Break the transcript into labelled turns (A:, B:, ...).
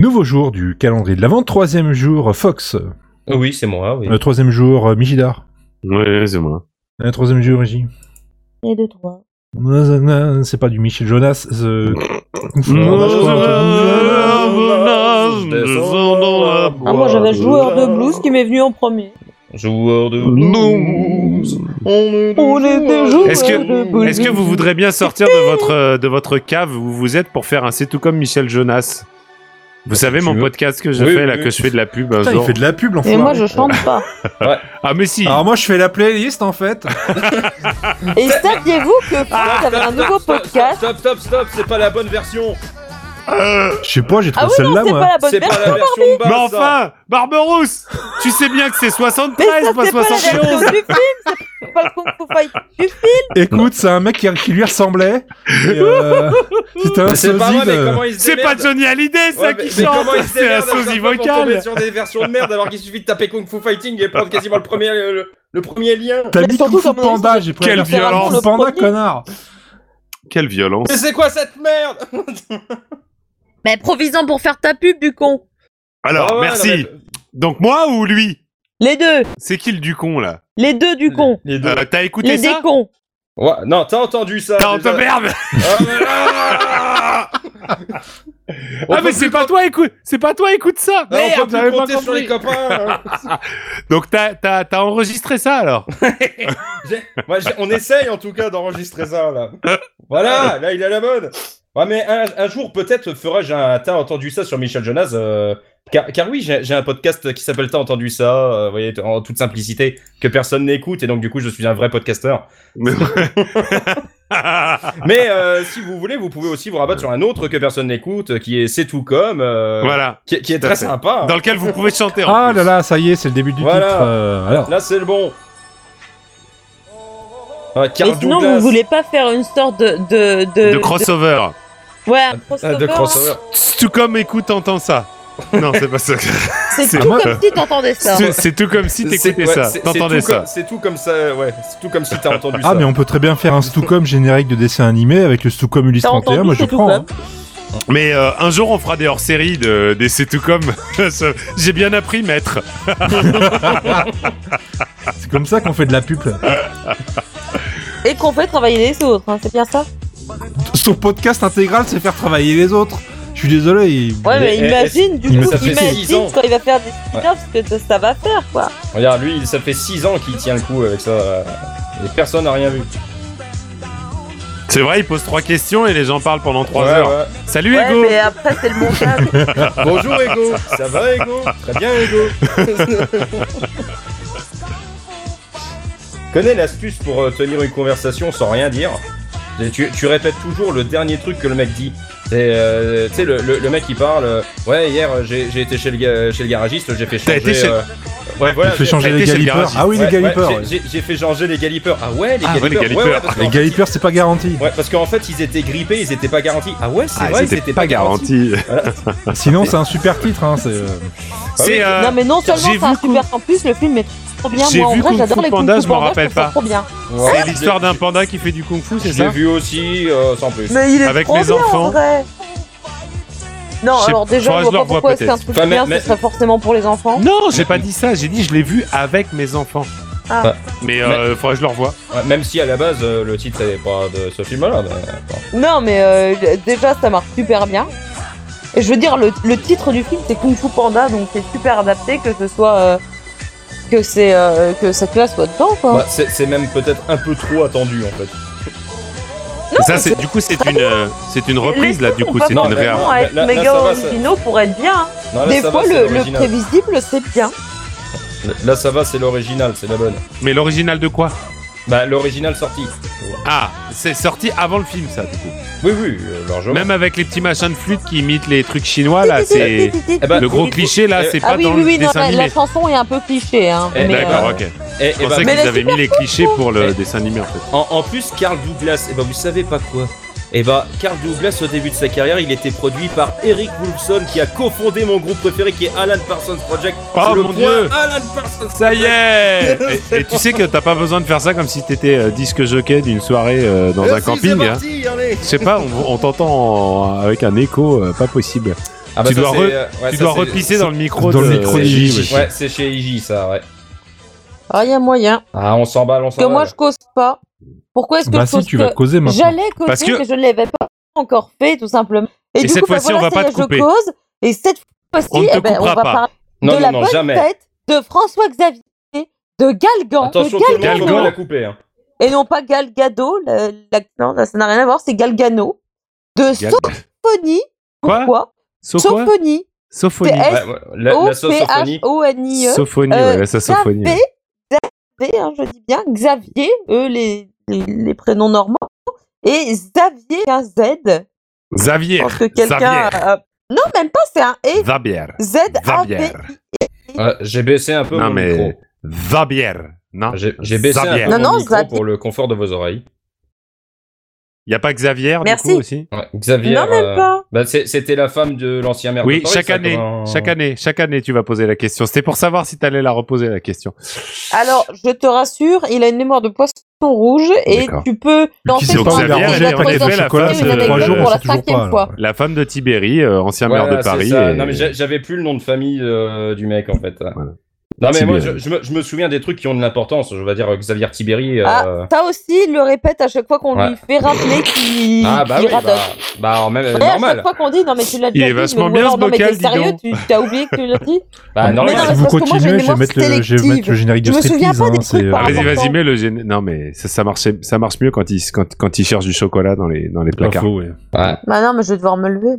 A: Nouveau jour du calendrier de l'Avent, troisième jour Fox,
B: Euh, Oui, c'est moi, oui.
A: le troisième jour euh, Mijidar,
C: Ouais, c'est moi.
A: le troisième jour J.
D: Et de trois.
A: Non, non, non, C'est pas du Michel Jonas. euh,
D: Ah, moi j'avais le joueur de blues qui m'est venu en premier.
B: Joueur de blues.
C: Non.
B: On est,
D: On est des joueurs
C: Est-ce
D: de
C: que,
D: blues.
C: est-ce que vous voudrez bien sortir de votre, euh, de votre cave où vous êtes pour faire un C'est tout comme Michel Jonas Vous savez
B: tu
C: mon
B: veux.
C: podcast que je
B: Ah, Oui,
C: fais,
B: oui,
C: là,
B: oui.
C: que je fais de la pub un
A: Putain, il
C: jour
A: fait de la pub, l'enfoiré.
D: Et moi je chante pas.
C: Ah, mais si
A: Alors moi, je fais la playlist, en fait.
D: Et saviez-vous que Franck avait un nouveau podcast
B: Stop, stop, stop, c'est pas la bonne version.
A: Je sais pas, j'ai
D: Ah
A: trouvé
D: oui, non,
A: celle-là,
D: c'est
A: moi.
D: pas la bonne
B: C'est pas
D: version.
B: la version de base. hein.
C: Mais
B: ça.
C: enfin Barberousse Tu sais bien que c'est 73, pas
D: C'est pas la
C: 71
D: version du film, c'est pas le Kung Fu Fight du film.
A: Écoute, c'est un mec qui, qui lui ressemblait. Et, euh, C'est un
B: C'est
A: sosie
B: pas vrai, mais
A: de-
B: comment ils se
C: C'est pas
B: démerdent
C: Johnny Hallyday, ça,
B: Ouais, mais-
C: qui
B: mais
C: chante
B: comment hein, ils se
C: C'est un
B: démerdent à chaque fois
C: sosie
B: pour tomber
C: vocale
B: sur des versions de merde alors qu'il suffit de taper Kung Fu Fighting et prendre quasiment le premier, le, le premier lien.
A: T'as
D: Mais
A: mis
D: surtout,
A: Kung Fu
D: comme on est-
A: Panda, j'ai pris
C: Quelle
A: la version
C: violence.
A: Kung Fu Panda,
D: Le premier.
A: connard
C: Quelle violence
B: Mais c'est quoi cette merde
D: Mais provision pour faire ta pub du con.
C: Alors,
B: Ah ouais, non,
C: merci
B: mais-
C: Donc moi ou lui
D: Les deux,
C: C'est qui le du con, là
D: les deux du con.
B: Les deux.
C: Euh, T'as écouté
D: Les
C: ça
D: décons.
B: Ouais, non, t'as entendu ça.
C: T'as
B: déjà.
C: entendu merde
B: Ah, mais là,
C: Ah
B: on
C: Ah,
B: peut
C: mais
B: plus
C: c'est pas toi, écoute C'est pas toi, écoute ça
B: Ah, on
C: Merde,
B: peut
C: j'avais
B: plus
C: pas
B: compter sur les
C: compris
B: copains. hein.
C: Donc t'as- t'as t'as enregistré ça, alors
B: J'ai- moi, j'ai- on essaye en tout cas d'enregistrer ça là. Voilà, là il a la bonne. Ouais, mais un, un jour peut-être ferai-je un. T'as entendu ça sur Michel Jonas euh, car, car oui, j'ai j'ai un podcast qui s'appelle T'as entendu ça, euh, vous voyez, en toute simplicité, que personne n'écoute, et donc du coup je suis un vrai podcasteur. Mais euh, si vous voulez, vous pouvez aussi vous rabattre sur un autre que personne n'écoute, euh, qui est C'est tout comme, euh,
C: Voilà.
B: qui, qui est
C: Tout à
B: très
C: fait.
B: sympa. hein.
C: Dans lequel vous pouvez chanter, en
A: Ah
C: plus.
A: là là, ça y est, c'est le début du
B: Voilà.
A: titre. euh, alors,
B: Là c'est le bon. Ah, Carl
D: Mais sinon,
B: Douglas.
D: vous voulez pas faire une sorte de. De,
C: De crossover.
D: de- Ouais, un
B: Ah,
D: crossover. hein.
B: de crossover.
C: C'est Tout comme écoute, entends ça. Non, c'est pas ça.
D: hein. C'est
C: C'est- euh,
D: tout
A: Ah,
D: comme si t'entendais ça.
C: C'est- C'est tout comme si t'écoutais
B: ouais,
C: ça,
B: c'est-
C: t'entendais
B: c'est tout
C: ça.
B: comme- C'est tout comme ça, ouais. C'est tout comme si t'as entendu ça.
A: Ah, mais on peut très bien faire un Stucom générique de dessin animé avec le Stucom Ulysse
D: T'as
A: 31,
D: entendu,
A: moi je
D: c'est tout
A: prends.
D: comme.
A: hein.
C: Mais euh, un jour, on fera des hors-séries de, des C'est tout comme. Ça- J'ai bien appris, maître.
A: C'est comme ça qu'on fait de la pub. là.
D: Et qu'on fait travailler les autres, hein, c'est bien ça
A: Son podcast intégral, c'est faire travailler les autres. Je suis désolé. il-
D: Ouais,
B: Mais
D: mais,
B: est-
D: imagine, du
A: il me
D: coup,
A: ça fait
B: six ans.
D: imagine quand il va faire des spin-offs ce que ça va faire, quoi.
B: Regarde, lui, ça fait 6 ans qu'il tient le coup avec ça. euh, Et personne n'a rien vu.
C: C'est vrai, il pose trois questions et les gens parlent pendant trois
B: Ouais,
C: heures.
B: ouais.
C: Salut,
D: Ouais,
C: Ego
D: mais après, c'est le montage.
B: Bonjour Ego, ça va Ego Très bien Ego. Connais l'astuce pour euh, tenir une conversation sans rien dire Et tu, tu répètes toujours le dernier truc que le mec dit. C'est, euh, Tu sais, le, le- le mec qui parle. euh, ouais, hier euh, j'ai j'ai été chez le, ga- chez le garagiste, j'ai fait
C: T'as
B: changer.
C: été chez-
B: euh, ouais,
A: Il
B: voilà,
A: fait
B: j'ai-
A: changer les
C: arrêtez chez le
A: galipeurs.
C: garagiste.
A: Ah oui, les
B: Ouais,
A: galipeurs.
B: ouais,
A: ouais.
B: j'ai- j'ai- J'ai fait changer les galipeurs. Ah ouais, les
C: Ah ouais, les
B: galipeurs.
C: galipeurs.
B: parce
A: Les
B: qu'en-
A: galipeurs, c'est pas garanti.
B: Ouais, parce qu'en fait, ils étaient grippés, ils étaient pas garantis. Ah ouais, c'est
C: Ah,
B: vrai, ils
C: c'était
B: étaient pas garantis.
A: Bah, Sinon, c'est un super titre. Hein, c'est, euh,
B: Bah
C: C'est. euh,
D: non, mais non seulement
C: j'ai
D: c'est un
C: vu
D: super campus, le film est trop bien.
C: J'ai
D: Moi, en
C: vu
D: vrai,
C: Kung Fu
D: j'adore les Kung
C: Panda,
D: Fu
C: je m'en
D: Panda,
C: rappelle
D: trouve ça
C: pas.
D: trop bien.
B: Ouais,
C: C'est
B: je-
C: l'histoire d'un panda qui fait du kung-fu, c'est
B: Je l'ai
C: ça
B: vu aussi, euh, sans plus.
D: Mais il est
C: Avec
D: trop
C: mes
D: bien,
C: enfants.
D: en vrai. Non,
C: Je sais
D: alors
C: pas, faudra
D: déjà,
C: que
D: je
C: je
D: vois
C: leur
D: pas
C: vois
D: pourquoi est-ce
C: peut-être.
D: qu'un truc
B: Enfin, mais-
D: bien,
B: mais-
D: ce serait forcément pour les enfants.
C: Non, j'ai pas dit ça. J'ai dit je l'ai vu avec mes enfants.
B: Bah.
D: Ah.
C: Mais euh, faudrait que je le revoie.
B: Ouais, Même si à la base, euh, le titre est pas de ce film-là. mais, bon.
D: Non, mais euh, déjà, ça marche super bien. Et je veux dire, le, le titre du film, c'est Kung Fu Panda, donc c'est super adapté que ce soit. euh, que, c'est, euh, que cette classe soit dedans, quoi.
B: Bah, c'est c'est même peut-être un peu trop attendu, en fait.
C: ça, c'est du coup, c'est une, euh, c'est une reprise là. Du coup, c'est
B: Non,
C: une
B: mais-
C: réa.
B: non.
D: être
B: Là- là,
D: méga
B: ça va, ça-
D: originaux pour être bien. hein.
B: Non, là,
D: Des
B: ça
D: fois,
B: va, c'est
D: le, le
B: l'original.
D: prévisible, c'est bien.
B: Là, ça va, c'est l'original, c'est la bonne.
C: Mais l'original de quoi
B: Bah, l'original sorti.
C: Ah, c'est sorti avant le film, ça, du coup.
B: Oui, oui, euh, largement.
C: Même avec les petits machins de flûte qui imitent les trucs chinois, Ah, là, c'est.
B: Eh ben,
C: Le gros
B: oui,
C: cliché, là,
B: euh,
C: c'est
D: Ah
C: pas
D: oui,
C: dans
D: oui, oui,
C: le
D: non,
C: dessin
D: la, la
C: animé.
D: chanson est un peu cliché, hein.
B: Eh,
D: mais,
C: D'accord,
B: euh,
D: euh,
C: ok.
B: Et, et
C: Je
B: bah,
C: pensais
D: mais
C: qu'ils
D: la
C: avaient mis les clichés pour le dessin animé, en fait.
B: En, en plus, Carl Douglas, et bah vous savez pas quoi Et bah, Carl Douglas, au début de sa carrière, il était produit par Eric Wolfson, qui a cofondé mon groupe préféré, qui est Alan Parsons Project.
C: Oh,
B: Sur le
C: mon
B: point,
C: Dieu.
B: Alan Parsons
C: Ça y
B: Project.
C: est et, et tu sais que t'as pas besoin de faire ça comme si t'étais euh, disque jockey d'une soirée euh, dans
B: Euh,
C: un
B: si,
C: camping.
B: c'est
C: hein.
B: parti, allez.
C: Je sais pas, on, on t'entend en- avec un écho euh, pas possible.
B: Ah bah
C: Tu
B: ça,
C: dois
B: c'est,
C: re-
B: euh, ouais,
C: tu
B: ça,
C: dois
B: c'est-
C: repisser dans le micro
A: dans
C: de
A: le micro
B: de
C: Gigi,
A: Gigi.
C: ouais.
B: Ouais, c'est chez IJ ça, ouais.
D: Ah, il y a moyen.
B: Ah, on s'emballe, on s'emballe.
D: que moi, je cause pas. Pourquoi est-ce que
A: Bah
D: je cause
A: si, tu
D: que-
A: vas causer maintenant.
D: J'allais causer,
C: Parce que-
D: mais je ne l'avais pas encore fait, tout simplement. Et,
C: Et
D: du
C: cette
D: coup, bah
C: fois-ci, on
D: voilà,
C: va
D: ça
C: pas
D: y
C: te
D: est, je
C: couper.
D: cause. Et cette fois-ci,
C: On ne te
D: eh ben, on
C: coupera
D: va
C: pas.
D: parler
B: Non,
D: de
B: non,
D: la
B: non,
D: bonne
B: jamais.
D: fête de François-Xavier de Galgan.
B: Attention,
D: de
B: tout le monde,
D: Galgano.
B: faut pas la couper. hein.
D: Et non pas Galgado, le- l'accent, là, ça n'a rien à voir, c'est Galgano. De
C: Gal-
D: Sophonie.
C: Quoi
D: Pourquoi
C: Sauf quoi
D: Sophonie.
C: Sophonie.
D: C'est-
B: Ouais, ouais, la, la sauce sophonie.
D: O-P-H-O-N-I-E.
C: Sophonie, ouais, la sophonie.
D: Xavier, Xavier, hein, je dis bien, Xavier, eux, les, les, les prénoms normands, et Xavier, un Z. Je
C: Xavier.
D: pense que quelqu'un.
C: Xavier.
D: a- Non, même pas, c'est un E.
C: Xavier.
D: Z, A, V.
C: Xavier.
B: Ouais, j'ai baissé un peu
C: Non,
B: mon
C: mais-
B: micro.
C: Xavier. Non
B: Ah, J'ai j'ai baissé
C: Xavier.
B: un peu
D: Non,
B: mon
D: non,
B: micro
D: Xavier.
B: pour le confort de vos oreilles.
C: Y a pas Xavier,
D: Merci.
C: du coup, aussi
B: Ouais, Xavier.
D: Non, même
B: euh,
D: pas.
B: bah, c'est- C'était la femme de l'ancien maire. de
C: Oui,
B: Paris,
C: chaque
B: bah, ça,
C: année,
B: comment-
C: chaque année, chaque année, tu vas poser la question. C'était pour savoir si t'allais la reposer, la question.
D: Alors, je te rassure, il a une mémoire de poisson rouge et
C: D'accord.
D: tu peux lancer
C: c'est
D: ton
C: pour Xavier,
D: dé,
C: elle
D: je la
C: est en effet
D: présente
C: la
D: une
C: face,
D: anecdote
C: euh, trois jours, on
D: pour la
A: sait toujours
D: cinquième
A: pas,
D: fois.
A: alors.
C: La femme de Tibéri, euh, ancien maire
B: Voilà,
C: de
B: c'est
C: Paris.
B: ça.
C: et-
B: Non, mais j'a- j'avais plus le nom de famille euh, du mec en fait. Non, mais
C: Tibéri.
B: moi je, je me, je me souviens des trucs qui ont de l'importance. Je vais dire euh, Xavier Tibéri. euh,
D: Ah, ça aussi, il le répète à chaque fois qu'on
B: Ouais.
D: lui fait rappeler qu'il
B: ah, bah
D: qu'il
B: oui, bah,
D: radote.
B: bah, alors, même, euh,
D: Ouais, à
B: normal.
D: chaque fois qu'on dit non mais tu l'as
C: Il est
D: déjà dit,
C: vachement
D: mais,
C: bien,
D: ou alors,
C: ce
D: non mais
C: bocal,
D: t'es
C: dis
D: sérieux,
C: donc.
D: tu t'as oublié que tu l'as dit.
B: Bah,
D: Mais
B: normal.
D: Ah, non,
A: si
D: mais
A: vous
D: parce que moi, j'ai
A: continuez,
D: une
A: je vais
D: mémoire
A: mettre le, je vais
D: sélective.
A: mettre le générique de
D: Je me souviens
A: striptease.
D: pas
A: hein,
D: des trucs
A: c'est,
D: par
A: euh,
D: rapport
C: Vas-y, vas-y,
D: Important.
C: mets le gén- Non, mais ça, ça marchait, ça marche mieux quand il, quand, quand il cherche du chocolat dans les, dans les
A: pas
C: placards.
A: faux, ouais.
B: Ouais.
D: Bah non mais je vais devoir me lever.